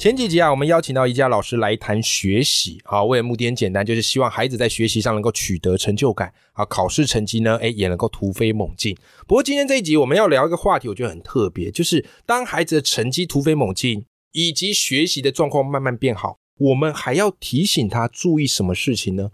前几集啊，我们邀请到宜家老师来谈学习，好，为了目的很简单，就是希望孩子在学习上能够取得成就感，啊，考试成绩呢，哎，也能够突飞猛进。不过今天这一集我们要聊一个话题，我觉得很特别，就是当孩子的成绩突飞猛进，以及学习的状况慢慢变好，我们还要提醒他注意什么事情呢？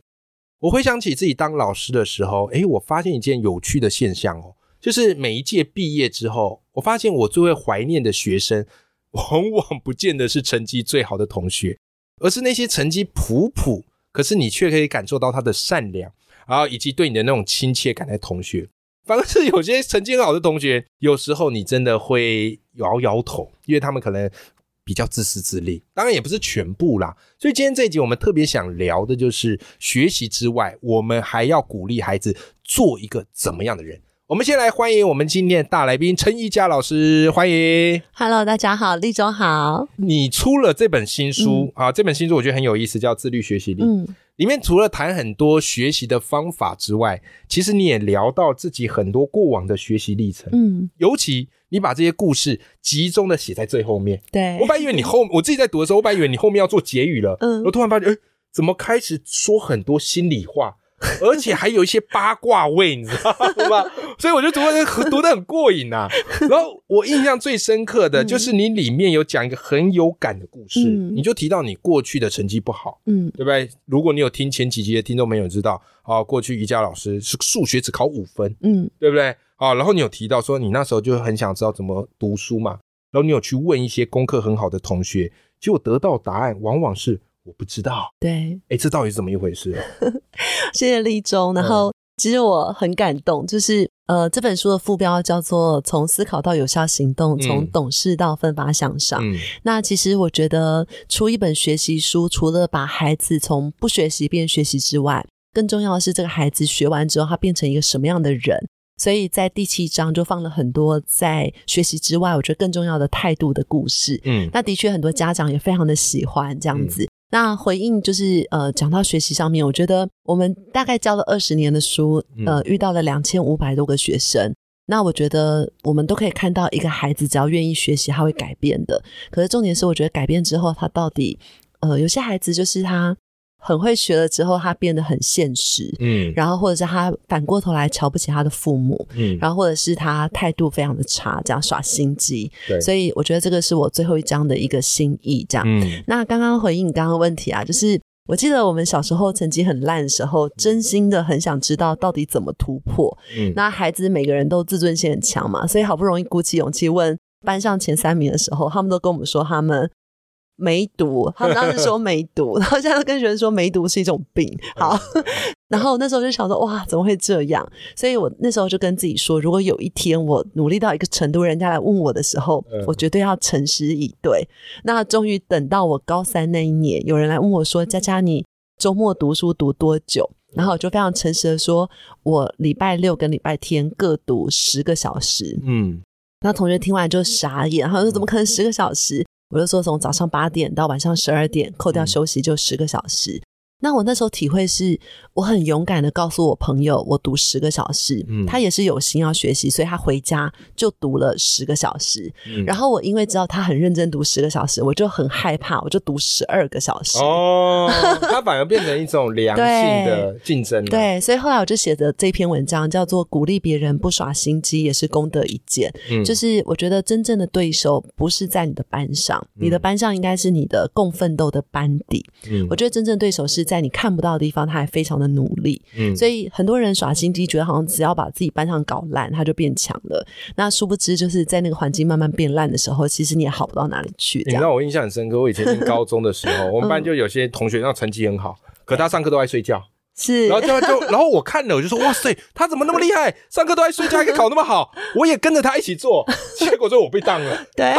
我回想起自己当老师的时候，诶，我发现一件有趣的现象哦，就是每一届毕业之后，我发现我最会怀念的学生， 往往不见得是成绩最好的同学，而是那些成绩普普，可是你却可以感受到他的善良，然后以及对你的那种亲切感的同学。反而是有些成绩很好的同学，有时候你真的会摇摇头，因为他们可能比较自私自利，当然也不是全部啦。所以今天这一集我们特别想聊的就是学习之外，我们还要鼓励孩子做一个怎么样的人。我们先来欢迎我们今天的大来宾陈一佳老师，欢迎。 Hello，大家好，立中好。你出了这本新书、啊，这本新书我觉得很有意思，叫《自律学习力》。嗯，里面除了谈很多学习的方法之外，其实你也聊到自己很多过往的学习历程，嗯，尤其你把这些故事集中的写在最后面。对我，本来以为你后，我自己在读的时候，我本来以为你后面要做结语了，嗯我突然发现，哎、怎么开始说很多心里话，而且还有一些八卦味，你知道吗？ 所以我就读的读的很过瘾啊。然后我印象最深刻的就是你里面有讲一个很有感的故事，嗯你就提到你过去的成绩不好。嗯，对不对？如果你有听前几集的听众朋友知道，啊，过去瑜伽老师是数学只考五分，嗯，对不对？啊，然后你有提到说你那时候就很想知道怎么读书嘛，然后你有去问一些功课很好的同学，结果得到答案往往是我不知道，对，哎，这到底是怎么一回事？谢谢立中。然嗯后，其实我很感动，就是呃，这本书的副标叫做《从思考到有效行动嗯，从懂事到奋发向上》。嗯那其实我觉得出一本学习书，除了把孩子从不学习变学习之外，更重要的是这个孩子学完之后，他变成一个什么样的人。所以在第七章就放了很多在学习之外，我觉得更重要的态度的故事。嗯那的确很多家长也非常的喜欢这样子。那回应就是呃，讲到学习上面，我觉得我们大概教了二十年的书，呃，遇到了两千五百多个学生。那我觉得我们都可以看到，一个孩子只要愿意学习，他会改变的。可是重点是，我觉得改变之后，他到底呃，有些孩子就是他很会学了之后，他变得很现实，嗯然后或者是他反过头来瞧不起他的父母，嗯，然后或者是他态度非常的差，这样耍心机。对所以我觉得这个是我最后一章的一个心意。这样，嗯那刚刚回应你刚刚的问题啊，就是我记得我们小时候成绩很烂的时候，真心的很想知道到底怎么突破。嗯那孩子每个人都自尊心很强嘛，所以好不容易鼓起勇气问班上前三名的时候，他们都跟我们说他们。梅毒，他们当时说梅毒， 然后现在都跟学生说梅毒是一种病。嗯好， 然后那时候就想说，哇，怎么会这样？所以我那时候就跟自己说，如果有一天我努力到一个程度，人家来问我的时候嗯，我绝对要诚实以对。那终于等到我高三那一年，有人来问我说：“佳佳，你周末读书读多久？”然后我就非常诚实的说，我礼拜六跟礼拜天各读十个小时。嗯那同学听完就傻眼，他说：“怎么可能十个小时？”我就说：“从早上八点到晚上十二点，扣掉嗯休息就十个小时。”那我那时候体会是，我很勇敢的告诉我朋友，我读十个小时，嗯他也是有心要学习，所以他回家就读了十个小时。嗯然后后我因为知道他很认真读十个小时，我就很害怕，我就读十二个小时。哦，它反而变成一种良性的竞争了， 对，所以后来我就写的这篇文章叫做《鼓励别人不耍心机也是功德一件》，嗯就是我觉得真正的对手不是在你的班上，你的班上应该是你的共奋斗的班底。嗯我觉得真正对手是在你看不到的地方，他还非常的努力。嗯所以以很多人耍心机，觉得好像只要把自己班上搞烂，他就变强了。那殊不知，就是在那个环境慢慢变烂的时候，其实你也好不到哪里去。这你样。让我印象很深刻，我以前念高中的时候，我嗯们班就有些同学那成绩很好，可他上课都爱睡觉。是，然后就就，然后我看了，我就说，哇塞，他怎么那么厉害？上 课都爱睡觉，还可以考那么好，我也跟着他一起做，结果最后我被当了。对，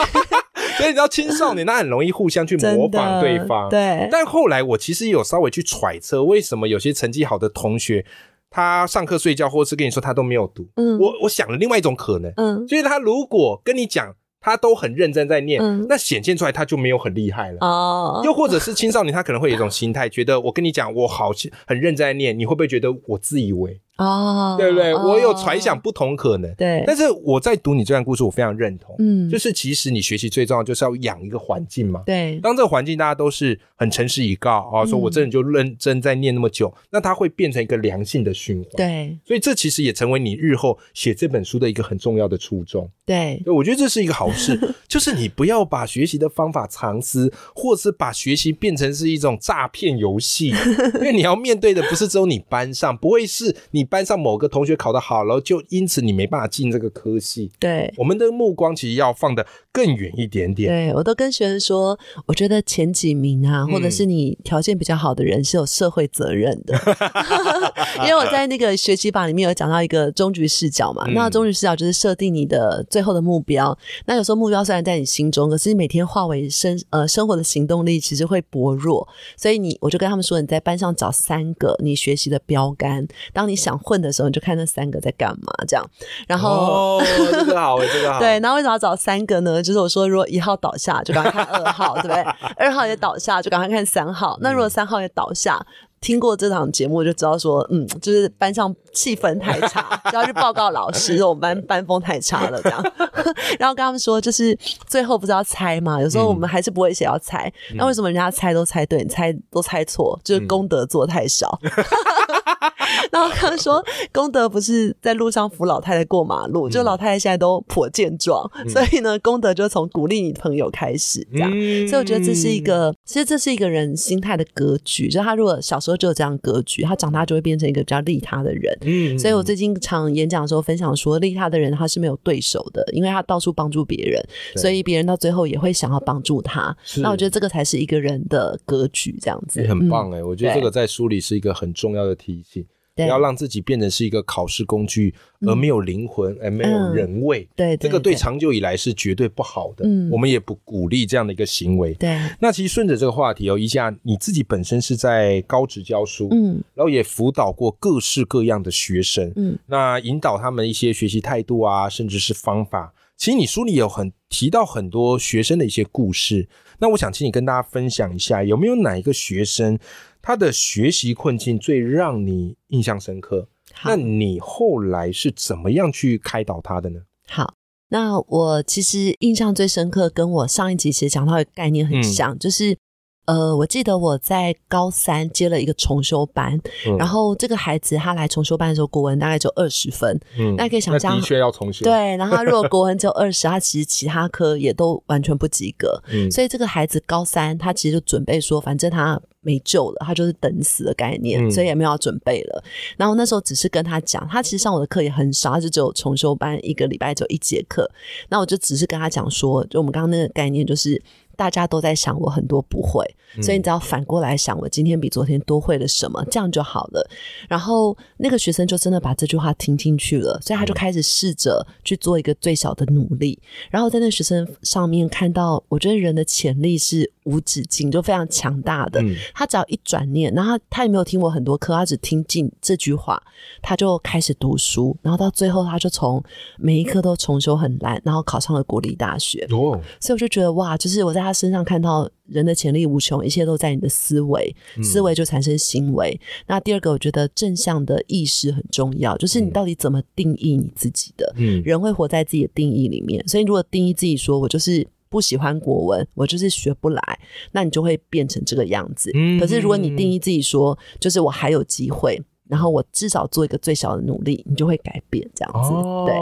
所以你知道青少年他很容易互相去模仿 对方。对，但后来我其实有稍微去揣测，为什么有些成绩好的同学。他上课睡觉，或是跟你说他都没有读，嗯，我我想了另外一种可能，嗯，就是他如果跟你讲他都很认真在念，嗯、那显现出来他就没有很厉害了哦。又或者是青少年，他可能会有一种心态，觉得我跟你讲我好很认真在念，你会不会觉得我自以为哦？对不对？我有揣想不同可能，对、哦。但是我在读你这段故事，我非常认同，嗯，就是其实你学习最重要就是要养一个环境嘛，对。当这个环境大家都是很诚实以告嗯啊，说我真的就认真在念那么久，那它会变成一个良性的循环，对。所以这其实也成为你日后写这本书的一个很重要的初衷。对，我觉得这是一个好事， 就是你不要把学习的方法藏私，或是把学习变成是一种诈骗游戏，因为你要面对的不是只有你班上，不会是你班上某个同学考得好，然后就因此你没办法进这个科系。对，我们的目光其实要放的更远一点点。对我都跟学生说，我觉得前几名啊，或者是你条件比较好的人是有社会责任的，因为我在那个学习法里面有讲到一个终局视角嘛，嗯、那终局视角就是设定你的。最后的目标，那有时候目标虽然在你心中，可是每天化为生呃生活的行动力其实会薄弱，所以你我就跟他们说，你在班上找三个你学习的标杆，当你想混的时候，你就看那三个在干嘛这样。然后哦，这个好，这个好。 对，然后为什么要找三个呢？就是我说，如果一号倒下，就赶快看二号，对不对？二号也倒下，就赶快看三号。那如果三号也倒下。听过这档节目就知道说，嗯，就是班上气氛太差，就要去报告老师，我们班班风太差了这样。然后跟他们说，就是最后不是要猜嘛，有时候我们还是不会写要猜，那、嗯嗯、为什嗯么人家猜都猜对，你猜都猜错，就是功德做太少。 嗯然后他说，功德不是在路上扶老太太过马路，就老太太现在都颇健壮，嗯、所以呢，功德就从鼓励你朋友开始，这样。嗯、所以我觉得这是一个，其实这是一个人心态的格局。就他如果小时候就有这样格局，他长大就会变成一个比较利他的人。嗯，所以我最近常演讲的时候分享说，利他的人他是没有对手的，因为他到处帮助别人，所以别人到最后也会想要帮助他。那我觉得这个才是一个人的格局，这样子。欸、很棒哎、欸，嗯、我觉得这个在书里是一个很重要的提醒。不要让自己变成是一个考试工具，而没有灵魂，而、嗯、没有人味。嗯、对,对,对，这个对长久以来是绝对不好的。嗯，我们也不鼓励这样的一个行为。对，那其实顺着这个话题哦，一下你自己本身是在高职教书，嗯，然后也辅导过各式各样的学生，嗯，那引导他们一些学习态度啊，甚至是方法。其实你书里有很提到很多学生的一些故事，那我想请你跟大家分享一下，有没有哪一个学生他的学习困境最让你印象深刻？那你后来是怎么样去开导他的呢？好，那我其实印象最深刻，跟我上一集其实讲到的概念很像，嗯、就是。呃，我记得我在高三接了一个重修班，嗯、然后这个孩子他来重修班的时候，国文大概就二十分，嗯，那可以想象，的确要重修。对，然后他如果国文就二十，他其实其他科也都完全不及格，嗯、所以这个孩子高三，他其实就准备说，反正他。没救了，他就是等死的概念，嗯、所以也没有要准备了。然后那时候只是跟他讲，他其实上我的课也很少，他就只有重修班一个礼拜只有一节课。那我就只是跟他讲说，就我们刚刚那个概念，就是大家都在想我很多不会，嗯、所以你只要反过来想，我今天比昨天多会了什么，这样就好了。然后那个学生就真的把这句话听进去了，所以他就开始试着去做一个最小的努力。然后在那学生上面看到，我觉得人的潜力是无止境，就非常强大的。嗯他只要一转念，然后他也没有听我很多课，他只听进这句话，他就开始读书，然后到最后他就从每一科都重修很烂，然后考上了国立大学。哦，所以我就觉得哇，就是我在他身上看到人的潜力无穷，一切都在你的思维，嗯思维就产生行为。嗯、那第二个，我觉得正向的意识很重要，就是你到底怎么定义你自己的。嗯，人会活在自己的定义里面，所以如果定义自己说我就是。不喜欢国文，我就是学不来，那你就会变成这个样子。嗯、可是如果你定义自己说，就是我还有机会，然后我至少做一个最小的努力，你就会改变这样子。哦、对，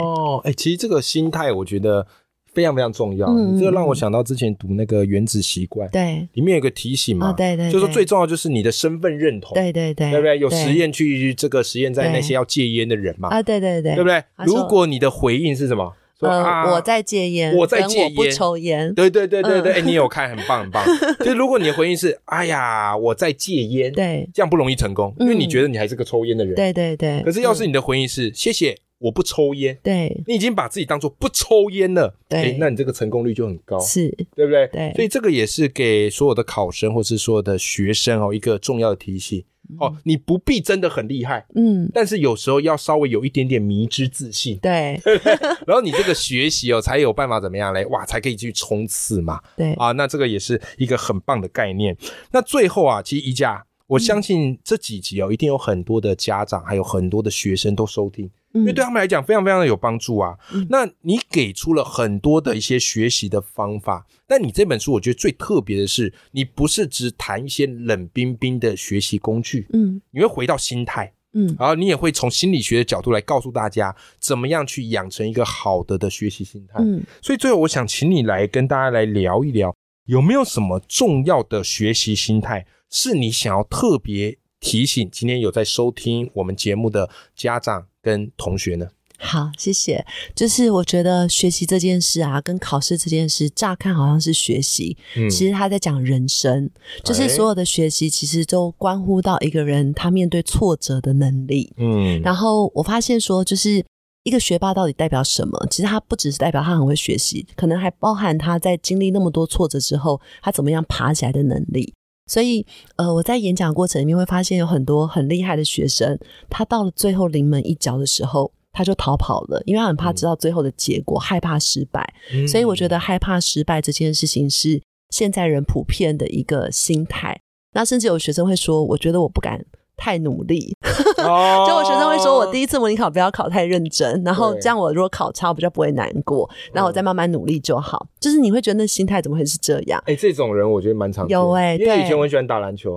哎、欸，其实这个心态我觉得非常非常重要。嗯、这个让我想到之前读那个《原子习惯》，对，里面有个提醒嘛，哦、对,对对，嗯就说最重要就是你的身份认同，对对对，对不对？有实验去这个实验在那些要戒烟的人嘛，啊，对对对，对不对？如果你的回应是什么？呃，啊、我在戒烟，我在戒烟，不抽烟。对对对对对，哎、嗯欸，你有看，很棒很 棒。就如果你的回应是“哎呀，我在戒烟”，对，嗯这样不容易成功，因为你觉得你还是个抽烟的人。对对对。可是要是你的回应是“嗯、谢谢，我不抽烟，对，你已经把自己当做不抽烟了，对诶那你这个成功率就很高，是，对不对？对所以这个也是给所有的考生或是所有的学生哦一个重要的提醒哦，你不必真的很厉害，嗯，但是有时候要稍微有一点点迷之自信， 对嗯然后你这个学习哦才有办法怎么样嘞？哇，才可以去冲刺嘛，对，啊，那这个也是一个很棒的概念。那最后啊，其实宜家，我相信这几集哦，一定有很多的家长，还有很多的学生都收听，因因为对啊他们来讲非常非常的有帮助啊。嗯那你给出了很多的一些学习的方法，但你这本书我觉得最特别的是，你不是只谈一些冷冰冰的学习工具，嗯你会回到心态。嗯然后你也会从心理学的角度来告诉大家，怎么样去养成一个好的的学习心态。嗯所以最后，我想请你来跟大家来聊一聊，有没有什么重要的学习心态是你想要特别提醒今天有在收听我们节目的家长跟同学呢？好，谢谢。就是我觉得学习这件事啊，跟考试这件事，乍看好像是学习，嗯哎其实他在讲人生，就是所有的学习其实都关乎到一个人他面对挫折的能力。嗯然后我发现说，就是一个学霸到底代表什么？其实他不只是代表他很会学习，可能还包含他在经历那么多挫折之后，他怎么样爬起来的能力。所以，呃，我在演讲过程里面会发现有很多很厉害的学生，他到了最后临门一脚的时候，他就逃跑了，因为他很怕知道最后的结果，害怕失败。嗯所以我觉得害怕失败这件事情是现在人普遍的一个心态。那甚至有学生会说：“我觉得我不敢太努力，哦 就我学生会说，我第一次模拟考不要考太认真，然后对嗯这样我如果考差，我比较不会难过，然后我再慢慢努力就好。就是你会觉得那心态怎么会是这样？哎、这种人我觉得蛮常见的有欸因为对以前我很喜欢打篮球，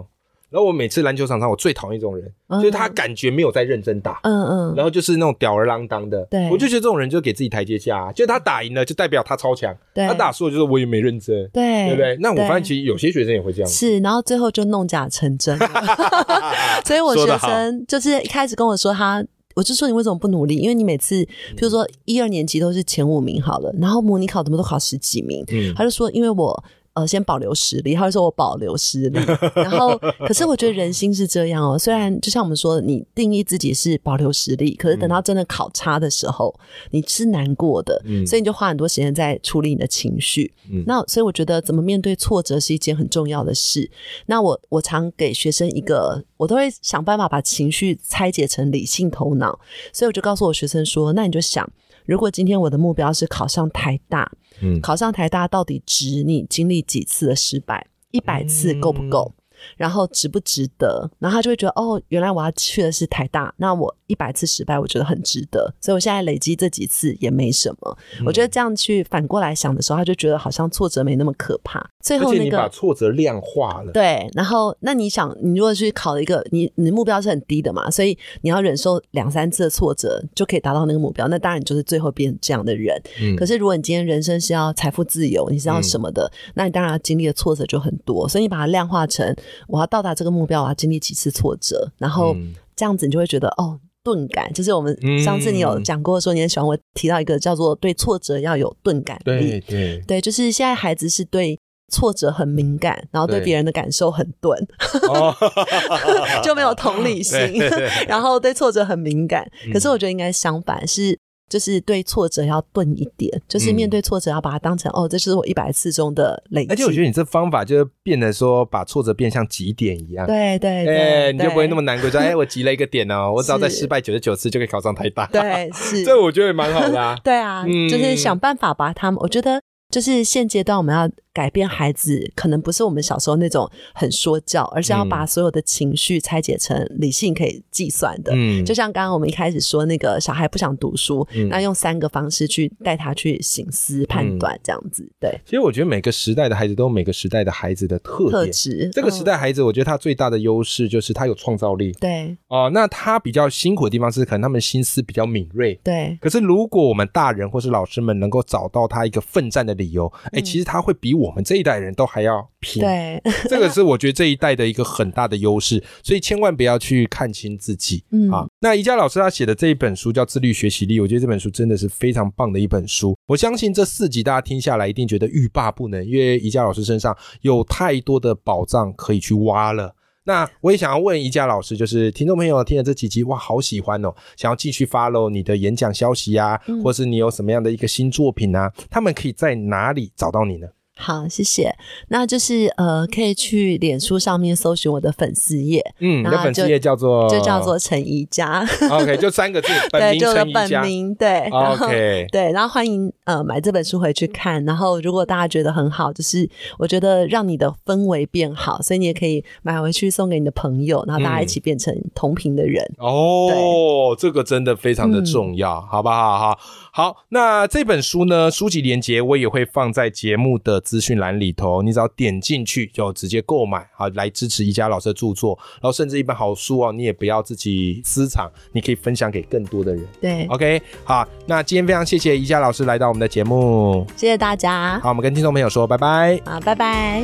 然后我每次篮球场上我最讨厌一种人，嗯就是他感觉没有在认真打。嗯嗯，然后就是那种吊儿郎当的，对我就觉得这种人就给自己台阶下、啊，就是他打赢了就代表他超强，对他打输了就是我也没认真，对对不对？那我发现实其实有些学生也会这样，是，然后最后就弄假成 真了。所以我说得学好生就是一开始跟我说他。我就说你为什么不努力？因为你每次，譬如说嗯一二年级都是前五名好了，然后模拟考怎么都考十几名，嗯他就说因为我呃先保留实力，他就说我保留 实力，然后可是我觉得人心是这样哦，虽然就像我们说，你定义自己是保留实力，可是等到真的考差的时候，你是难过的，嗯所以你就花很多时间在处理你的情绪。嗯那所以我觉得怎么面对挫折是一件很重要的事。那我我常给学生一个，我都会想办法把情绪拆解成理性头脑，所以我就告诉我学生说，那你就想。如果今天我的目标是考上台大，嗯考上台大到底值你经历几次的失败？一百次够不嗯够？然后值不值得？然后他就会觉得哦，原来我要去的是台大，那我一百次失败，我觉得很值得，所以我现在累积这几次也没什么。我觉得这样去反过来想的时候，他就觉得好像挫折没那么可怕。最而后且那你把个。挫折量化了，对，然后那你想，你如果去考了一个，你你的目标是很低的嘛，所以你要忍受两三次的挫折就可以达到那个目标，那当然你就是最后变这样的人。嗯可是如果你今天人生是要财富自由，你是要什么的，嗯那你当然要经历的挫折就很多，所以你把它量化成我要到达这个目标，我要经历几次挫折，然后嗯这样子你就会觉得哦。钝感就是我们上次你有嗯讲过说你很喜欢我提到一个叫做对挫折要有钝感对力，对，对，就是现在孩子是对挫折很敏感，然后对对啊别人的感受很钝，哦 就没有同理心对 对对，然后对挫折很敏感。嗯可是我觉得应该相反，是就是对挫折要钝一点，就是嗯面对挫折要把它当成哦，这就是我一百次中的累积。而且我觉得你这方法就是变得说把挫折变像极点一样，对对哎、对，你就不会那么对难过，说 哎我集了一个点哦，我只要再是失败九十九次就可以考上台大，， 对是，。这我觉得也蛮好的、啊对啊，就是想办法把他们，我觉得。就是现阶段我们要改变孩子，可能不是我们小时候那种很说教，而是要嗯把所有的情绪拆解成理性可以计算的。嗯就像刚刚我们一开始说，那个小孩不想读书，嗯那用三个方式去带他去醒思、判断，嗯这样子，对其实我觉得每个时代的孩子都有每个时代的孩子的特特点。质。这个时嗯、代孩子，我觉得他最大的优势就是他有创造力对哦、那他比较辛苦的地方是，可能他们心思比较敏锐。对，可是如果我们大人或是老师们能够找到他一个奋战的理由，哎、其实他会比我们这一代人都还要拼。嗯对， 这个是我觉得这一代的一个很大的优势，所以千万不要去看清自己。嗯啊，那宜家老师他写的这一本书叫《自律学习力》，我觉得这本书真的是非常棒的一本书。我相信这四集大家听下来一定觉得欲罢不能，因为宜家老师身上有太多的宝藏可以去挖了。那我也想要问宜家老师，就是听众朋友听了这几集哇，好喜欢哦，想要继续 follow 你的演讲消息啊，嗯、或是你有什么样的一个新作品啊，他们可以在哪里找到你呢？好，谢谢。那就是呃，可以去脸书上面搜寻我的粉丝页，嗯，你的粉丝页叫做就叫做陈宜家，OK，就三 个字，本名陈宜家，对，本名对哦，OK，对，然后欢迎呃买这本书回去看，然后如果大家觉得很好，就是我觉得让你的氛围变好，所以你也可以买回去送给你的朋友，然后大家一起变成同频的人。嗯、哦，这个真的非常的重要，嗯、好不好？哈，好，那这本书呢，书籍链接我也会放在节目的。资讯栏里头，你只要点进去就直接购买啊，来支持宜家老师的著作。然后甚至一本好书哦，你也不要自己私藏，你可以分享给更多 的人。对，OK，好，那今天非常谢谢宜家老师来到我们的节目，谢谢大家。好，我们跟听众朋友说拜拜啊，拜拜。